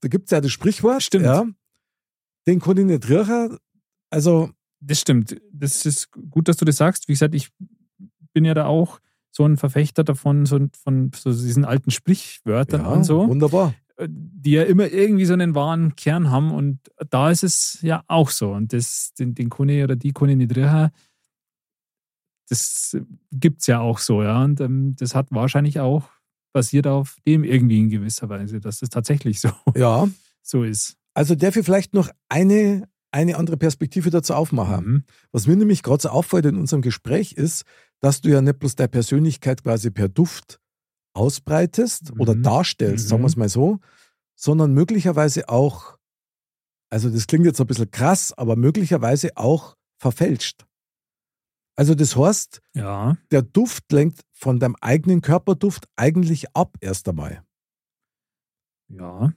Speaker 1: da gibt es ja das Sprichwort,
Speaker 2: Stimmt.
Speaker 1: Ja, den kann ich nicht riechen. Also,
Speaker 2: Das stimmt. Das ist gut, dass du das sagst. Wie gesagt, ich bin ja da auch so ein Verfechter davon, so ein- von so diesen alten Sprichwörtern
Speaker 1: ja,
Speaker 2: und so,
Speaker 1: wunderbar.
Speaker 2: äh, die ja immer irgendwie so einen wahren Kern haben. Und da ist es ja auch so. Und das, den, den Kunde oder die Kunde nicht riechen, das gibt es ja auch so, ja. Und ähm, das hat wahrscheinlich auch basiert auf dem irgendwie in gewisser Weise, dass das tatsächlich so,
Speaker 1: Ja,
Speaker 2: so ist.
Speaker 1: also darf ich vielleicht noch eine, eine andere Perspektive dazu aufmachen.
Speaker 2: Mhm.
Speaker 1: Was mir nämlich gerade so auffällt in unserem Gespräch ist, dass du ja nicht bloß deine Persönlichkeit quasi per Duft ausbreitest
Speaker 2: Mhm.
Speaker 1: oder darstellst,
Speaker 2: Mhm.
Speaker 1: sagen wir es mal so, sondern möglicherweise auch, also das klingt jetzt ein bisschen krass, aber möglicherweise auch verfälscht. Also das heißt,
Speaker 2: Ja,
Speaker 1: der Duft lenkt von deinem eigenen Körperduft eigentlich ab erst einmal.
Speaker 2: ja.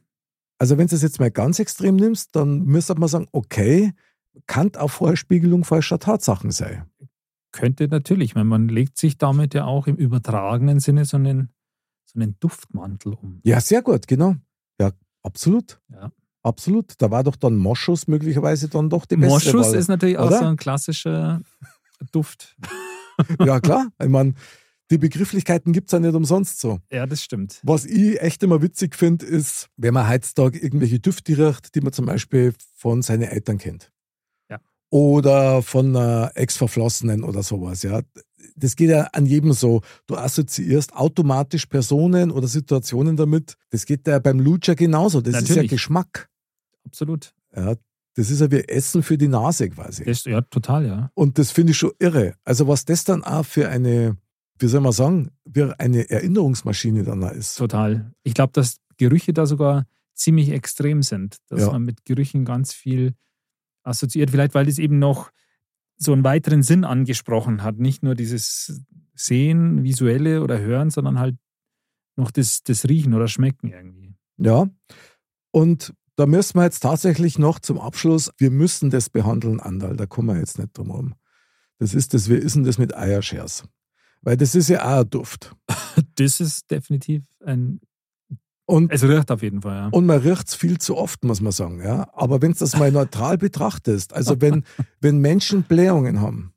Speaker 1: Also wenn du das jetzt mal ganz extrem nimmst, dann müsste man sagen, okay, kann auch Vorspiegelung falscher Tatsachen sein.
Speaker 2: Könnte natürlich, weil man legt sich damit ja auch im übertragenen Sinne so einen, so einen Duftmantel um.
Speaker 1: Ja, sehr gut, genau. Ja, absolut.
Speaker 2: Ja.
Speaker 1: Absolut. Da war doch dann Moschus möglicherweise dann doch die beste
Speaker 2: Moschus
Speaker 1: Wahl.
Speaker 2: ist natürlich auch
Speaker 1: oder?
Speaker 2: so ein klassischer Duft.
Speaker 1: Ja, klar. Ich meine, die Begrifflichkeiten gibt es ja nicht umsonst so.
Speaker 2: Ja, das stimmt.
Speaker 1: Was ich echt immer witzig finde, ist, wenn man heutzutage irgendwelche Düfte riecht, die man zum Beispiel von seinen Eltern kennt.
Speaker 2: Ja.
Speaker 1: Oder von einer Ex-Verflossenen oder sowas, ja. Das geht ja an jedem so. Du assoziierst automatisch Personen oder Situationen damit. Das geht ja beim Lutscher genauso. Das ist ja
Speaker 2: Natürlich.
Speaker 1: Geschmack.
Speaker 2: Absolut.
Speaker 1: Ja, das ist ja wie Essen für die Nase quasi.
Speaker 2: Das, ja, total, ja.
Speaker 1: Und das finde ich schon irre. Also was das dann auch für eine, wie soll man sagen, wie eine Erinnerungsmaschine dann auch ist.
Speaker 2: Total. Ich glaube, dass Gerüche da sogar ziemlich extrem sind, dass
Speaker 1: Ja.
Speaker 2: man mit Gerüchen ganz viel assoziiert. Vielleicht, weil es eben noch so einen weiteren Sinn angesprochen hat. Nicht nur dieses Sehen, Visuelle oder Hören, sondern halt noch das, das Riechen oder Schmecken irgendwie.
Speaker 1: Ja. Und da müssen wir jetzt tatsächlich noch zum Abschluss, wir müssen das behandeln, Andal, da kommen wir jetzt nicht drum herum. Das ist das, wir essen das mit Eierschers. Weil das ist ja auch ein Duft.
Speaker 2: Das ist definitiv ein.
Speaker 1: Und,
Speaker 2: Es riecht auf jeden Fall, ja.
Speaker 1: und man riecht es viel zu oft, muss man sagen. Ja? Aber wenn du das mal neutral betrachtest, also wenn, wenn Menschen Blähungen haben,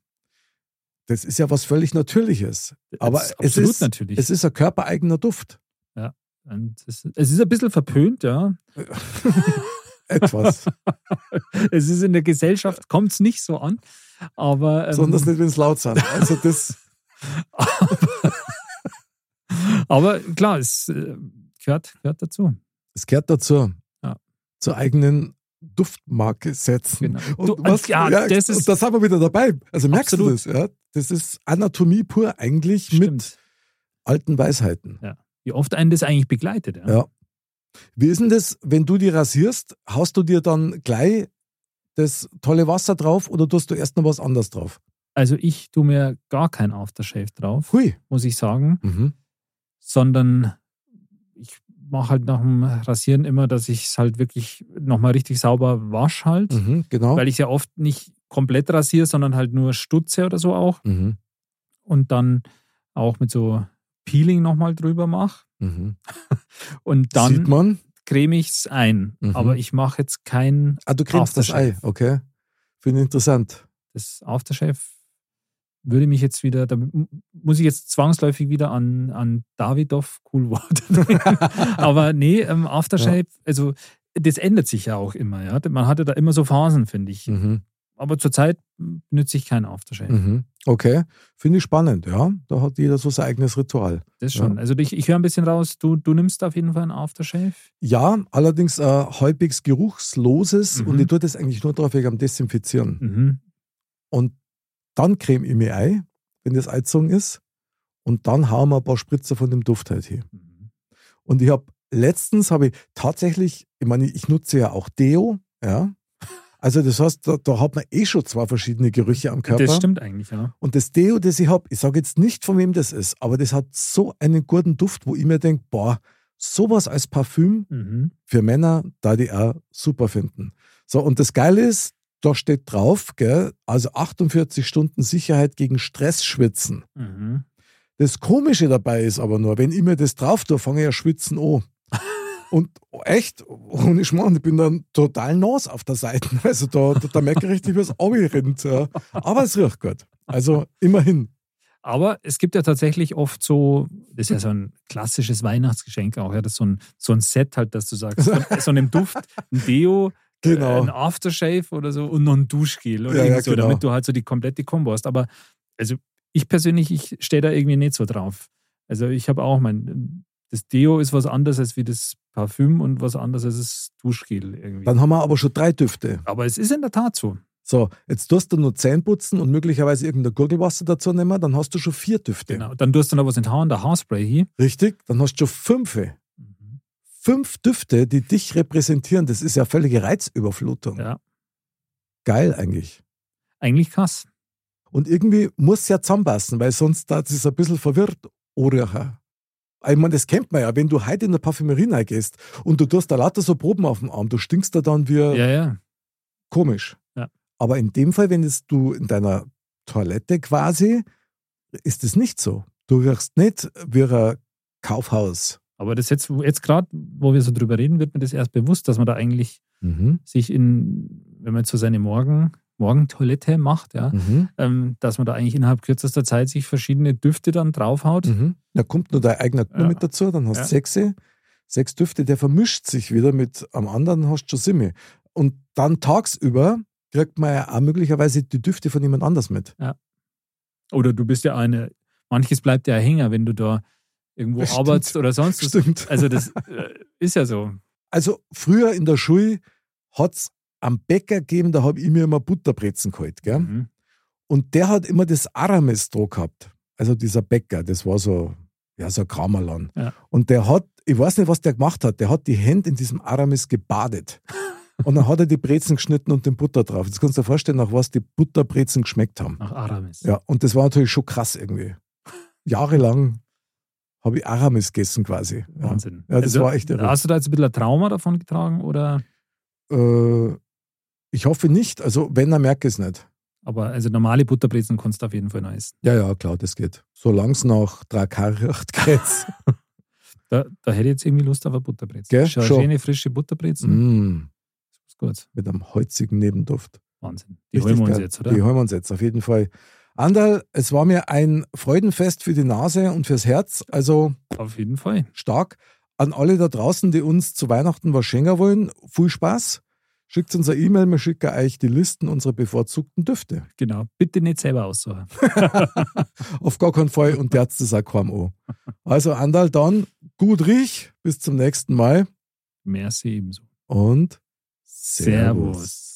Speaker 1: das ist ja was völlig Natürliches. Aber
Speaker 2: Das ist
Speaker 1: es
Speaker 2: absolut
Speaker 1: ist,
Speaker 2: natürlich.
Speaker 1: Es ist ein körpereigener Duft.
Speaker 2: Und es, es ist ein bisschen verpönt, ja.
Speaker 1: Etwas.
Speaker 2: Es ist in der Gesellschaft, kommt es nicht so an. Aber. ähm,
Speaker 1: Besonders nicht, wenn es laut sind. Also das,
Speaker 2: Aber klar, es äh, gehört, gehört dazu.
Speaker 1: es gehört dazu.
Speaker 2: Ja.
Speaker 1: Zur eigenen Duftmarke setzen.
Speaker 2: Genau.
Speaker 1: Und,
Speaker 2: Du,
Speaker 1: was,
Speaker 2: ja, das
Speaker 1: und
Speaker 2: ist
Speaker 1: das haben wir wieder dabei. Also merkst
Speaker 2: Absolut.
Speaker 1: du das? Ja? Das ist Anatomie pur eigentlich mit
Speaker 2: stimmt.
Speaker 1: alten Weisheiten.
Speaker 2: Wie oft einen das eigentlich begleitet. Ja.
Speaker 1: Ja. Wie ist denn das, wenn du dir rasierst, haust du dir dann gleich das tolle Wasser drauf oder tust du erst noch was anderes drauf?
Speaker 2: Also ich tue mir gar kein Aftershave drauf,
Speaker 1: Hui.
Speaker 2: muss ich sagen,
Speaker 1: Mhm.
Speaker 2: sondern ich mache halt nach dem Rasieren immer, dass ich es halt wirklich nochmal richtig sauber wasche halt,
Speaker 1: Mhm. Genau.
Speaker 2: weil ich ja oft nicht komplett rasiere, sondern halt nur stutze oder so auch
Speaker 1: Mhm.
Speaker 2: und dann auch mit so Peeling nochmal drüber mache
Speaker 1: Mhm.
Speaker 2: und
Speaker 1: Sieht
Speaker 2: dann
Speaker 1: man.
Speaker 2: creme ich es ein.
Speaker 1: Mhm.
Speaker 2: Aber ich mache jetzt kein
Speaker 1: Ah, du cremst das Ei.
Speaker 2: Aftershave.
Speaker 1: Okay. Finde ich interessant.
Speaker 2: das Aftershave würde mich jetzt wieder, da mu- muss ich jetzt zwangsläufig wieder an, an Davidoff cool Worte denken. Aber nee, ähm, Aftershave, also das ändert sich ja auch immer, ja. Man hatte da immer so Phasen, finde ich.
Speaker 1: Mhm.
Speaker 2: Aber zurzeit nütze ich keinen Aftershave.
Speaker 1: Mhm. Okay, finde ich spannend, ja. Da hat jeder so sein eigenes Ritual.
Speaker 2: Das schon.
Speaker 1: Ja.
Speaker 2: Also ich, ich höre ein bisschen raus, du, du nimmst auf jeden Fall einen Aftershave.
Speaker 1: Ja, allerdings äh, halbwegs geruchsloses
Speaker 2: Mhm.
Speaker 1: und ich tue das eigentlich nur drauf wegen am Desinfizieren.
Speaker 2: Mhm.
Speaker 1: Und dann creme ich mir ein, wenn das Eizung ist, und dann hauen wir ein paar Spritzer von dem Duft halt hin.
Speaker 2: Mhm.
Speaker 1: Und ich habe letztens habe ich tatsächlich, ich meine, ich nutze ja auch Deo, ja. Also das heißt, da, da hat man eh schon zwei verschiedene Gerüche am Körper.
Speaker 2: Das stimmt eigentlich, ja.
Speaker 1: Und das Deo, das ich habe, ich sage jetzt nicht, von wem das ist, aber das hat so einen guten Duft, wo ich mir denke, boah, sowas als Parfüm
Speaker 2: Mhm.
Speaker 1: für Männer, da die auch super finden. So, und das Geile ist, da steht drauf, gell, also 48 Stunden Sicherheit gegen Stress schwitzen.
Speaker 2: Mhm.
Speaker 1: Das Komische dabei ist aber nur, wenn ich mir das drauf tue, fange ich ja schwitzen an. Und echt, ohne Schmarrn, ich bin dann total nass auf der Seite. Also da, da, da merke ich richtig, wie es runterrinnt. Ja. Aber es riecht gut. Also immerhin.
Speaker 2: Aber es gibt ja tatsächlich oft so, das ist ja so ein klassisches Weihnachtsgeschenk auch, ja, das ist so ein, so ein Set halt, dass du sagst, von, so einem Duft, ein Deo,
Speaker 1: Genau.
Speaker 2: äh, ein Aftershave oder so und noch ein Duschgel oder
Speaker 1: Ja, ja,
Speaker 2: irgendwie so,
Speaker 1: genau.
Speaker 2: damit du halt so die komplette Kombo hast. Aber also ich persönlich, ich stehe da irgendwie nicht so drauf. Also ich habe auch mein, das Deo ist was anderes als wie das Parfüm und was anderes als das Duschgel irgendwie.
Speaker 1: Dann haben wir aber schon drei Düfte.
Speaker 2: Aber es ist in der Tat so.
Speaker 1: So, jetzt tust du nur Zähne putzen und möglicherweise irgendein Gurgelwasser dazu nehmen, dann hast du schon vier Düfte.
Speaker 2: Genau. Dann tust du noch was in den Haaren, der Haarspray hier.
Speaker 1: Richtig? Dann hast du schon fünf. Mhm. Fünf Düfte, die dich repräsentieren. Das ist ja völlige Reizüberflutung.
Speaker 2: Ja.
Speaker 1: Geil eigentlich.
Speaker 2: Eigentlich krass.
Speaker 1: Und irgendwie muss es ja zusammenpassen, weil sonst da ist es ein bisschen verwirrt, Oriocher. Ich meine, das kennt man ja, wenn du heute in der Parfümerie reingehst und du tust da lauter so Proben auf dem Arm, du stinkst da dann wie
Speaker 2: Ja, ja.
Speaker 1: komisch.
Speaker 2: Ja.
Speaker 1: Aber in dem Fall, wenn jetzt du in deiner Toilette quasi, ist es nicht so. Du wirkst nicht wie ein Kaufhaus.
Speaker 2: Aber das jetzt, jetzt gerade, wo wir so drüber reden, wird mir das erst bewusst, dass man da eigentlich sich in, wenn man jetzt so seine Morgen, Morgentoilette macht,
Speaker 1: Mhm.
Speaker 2: ja, ähm, dass man da eigentlich innerhalb kürzester Zeit sich verschiedene Düfte dann draufhaut.
Speaker 1: Mhm. Da kommt nur dein eigener Gnu
Speaker 2: Ja.
Speaker 1: mit dazu, dann hast du
Speaker 2: Ja.
Speaker 1: sechs. Sechs Düfte, der vermischt sich wieder mit am anderen, hast du schon Simme. Und dann tagsüber kriegt man ja auch möglicherweise die Düfte von jemand anders mit.
Speaker 2: Oder du bist ja eine, manches bleibt ja ein Hänger, wenn du da irgendwo
Speaker 1: Das stimmt.
Speaker 2: arbeitest oder sonst was.
Speaker 1: Stimmt.
Speaker 2: Also das äh, ist ja so.
Speaker 1: Also früher in der Schule hat es am Bäcker gegeben, da habe ich mir immer Butterbrezen geholt. Gell?
Speaker 2: Mhm.
Speaker 1: Und der hat immer das Aramis drauf gehabt. Also dieser Bäcker, das war so, ja, so ein Kramerlan.
Speaker 2: Ja.
Speaker 1: Und der hat, ich weiß nicht, was der gemacht hat, der hat die Hände in diesem Aramis gebadet. Und dann hat er die Brezen geschnitten und den Butter drauf. Jetzt kannst du dir vorstellen, nach was die Butterbrezen geschmeckt haben.
Speaker 2: Nach Aramis.
Speaker 1: Ja, und das war natürlich schon krass irgendwie. Jahrelang habe ich Aramis gegessen quasi. Ja.
Speaker 2: Wahnsinn. Also
Speaker 1: Ja, das war echt irre.
Speaker 2: Hast du da jetzt ein bisschen ein Trauma davon getragen oder?
Speaker 1: Äh, ich hoffe nicht. Also, wenn, dann merke ich es nicht.
Speaker 2: Aber also normale Butterbrezen kannst du auf jeden Fall noch essen.
Speaker 1: Ja, ja, klar, das geht. Solange es nach Drakar riecht, geht's.
Speaker 2: Da, da hätte ich jetzt irgendwie Lust auf eine Butterbrezen.
Speaker 1: Gell?
Speaker 2: Schon eine
Speaker 1: Schon.
Speaker 2: schöne frische Butterbrezen.
Speaker 1: mm.
Speaker 2: Ist gut.
Speaker 1: mit einem holzigen Nebenduft.
Speaker 2: Wahnsinn. Die
Speaker 1: Richtig
Speaker 2: holen wir uns
Speaker 1: geil.
Speaker 2: jetzt, oder?
Speaker 1: Die holen wir uns jetzt, auf jeden Fall. Andal, es war mir ein Freudenfest für die Nase und fürs Herz, also
Speaker 2: Auf jeden Fall.
Speaker 1: stark. An alle da draußen, die uns zu Weihnachten was schenken wollen, viel Spaß. Schickt uns eine E-Mail, wir schicken euch die Listen unserer bevorzugten Düfte.
Speaker 2: Genau. Bitte nicht selber aussuchen.
Speaker 1: Auf gar keinen Fall und der hat das auch kaum an. Also Andal, dann gut riech, bis zum nächsten Mal
Speaker 2: Merci ebenso.
Speaker 1: und
Speaker 2: Servus.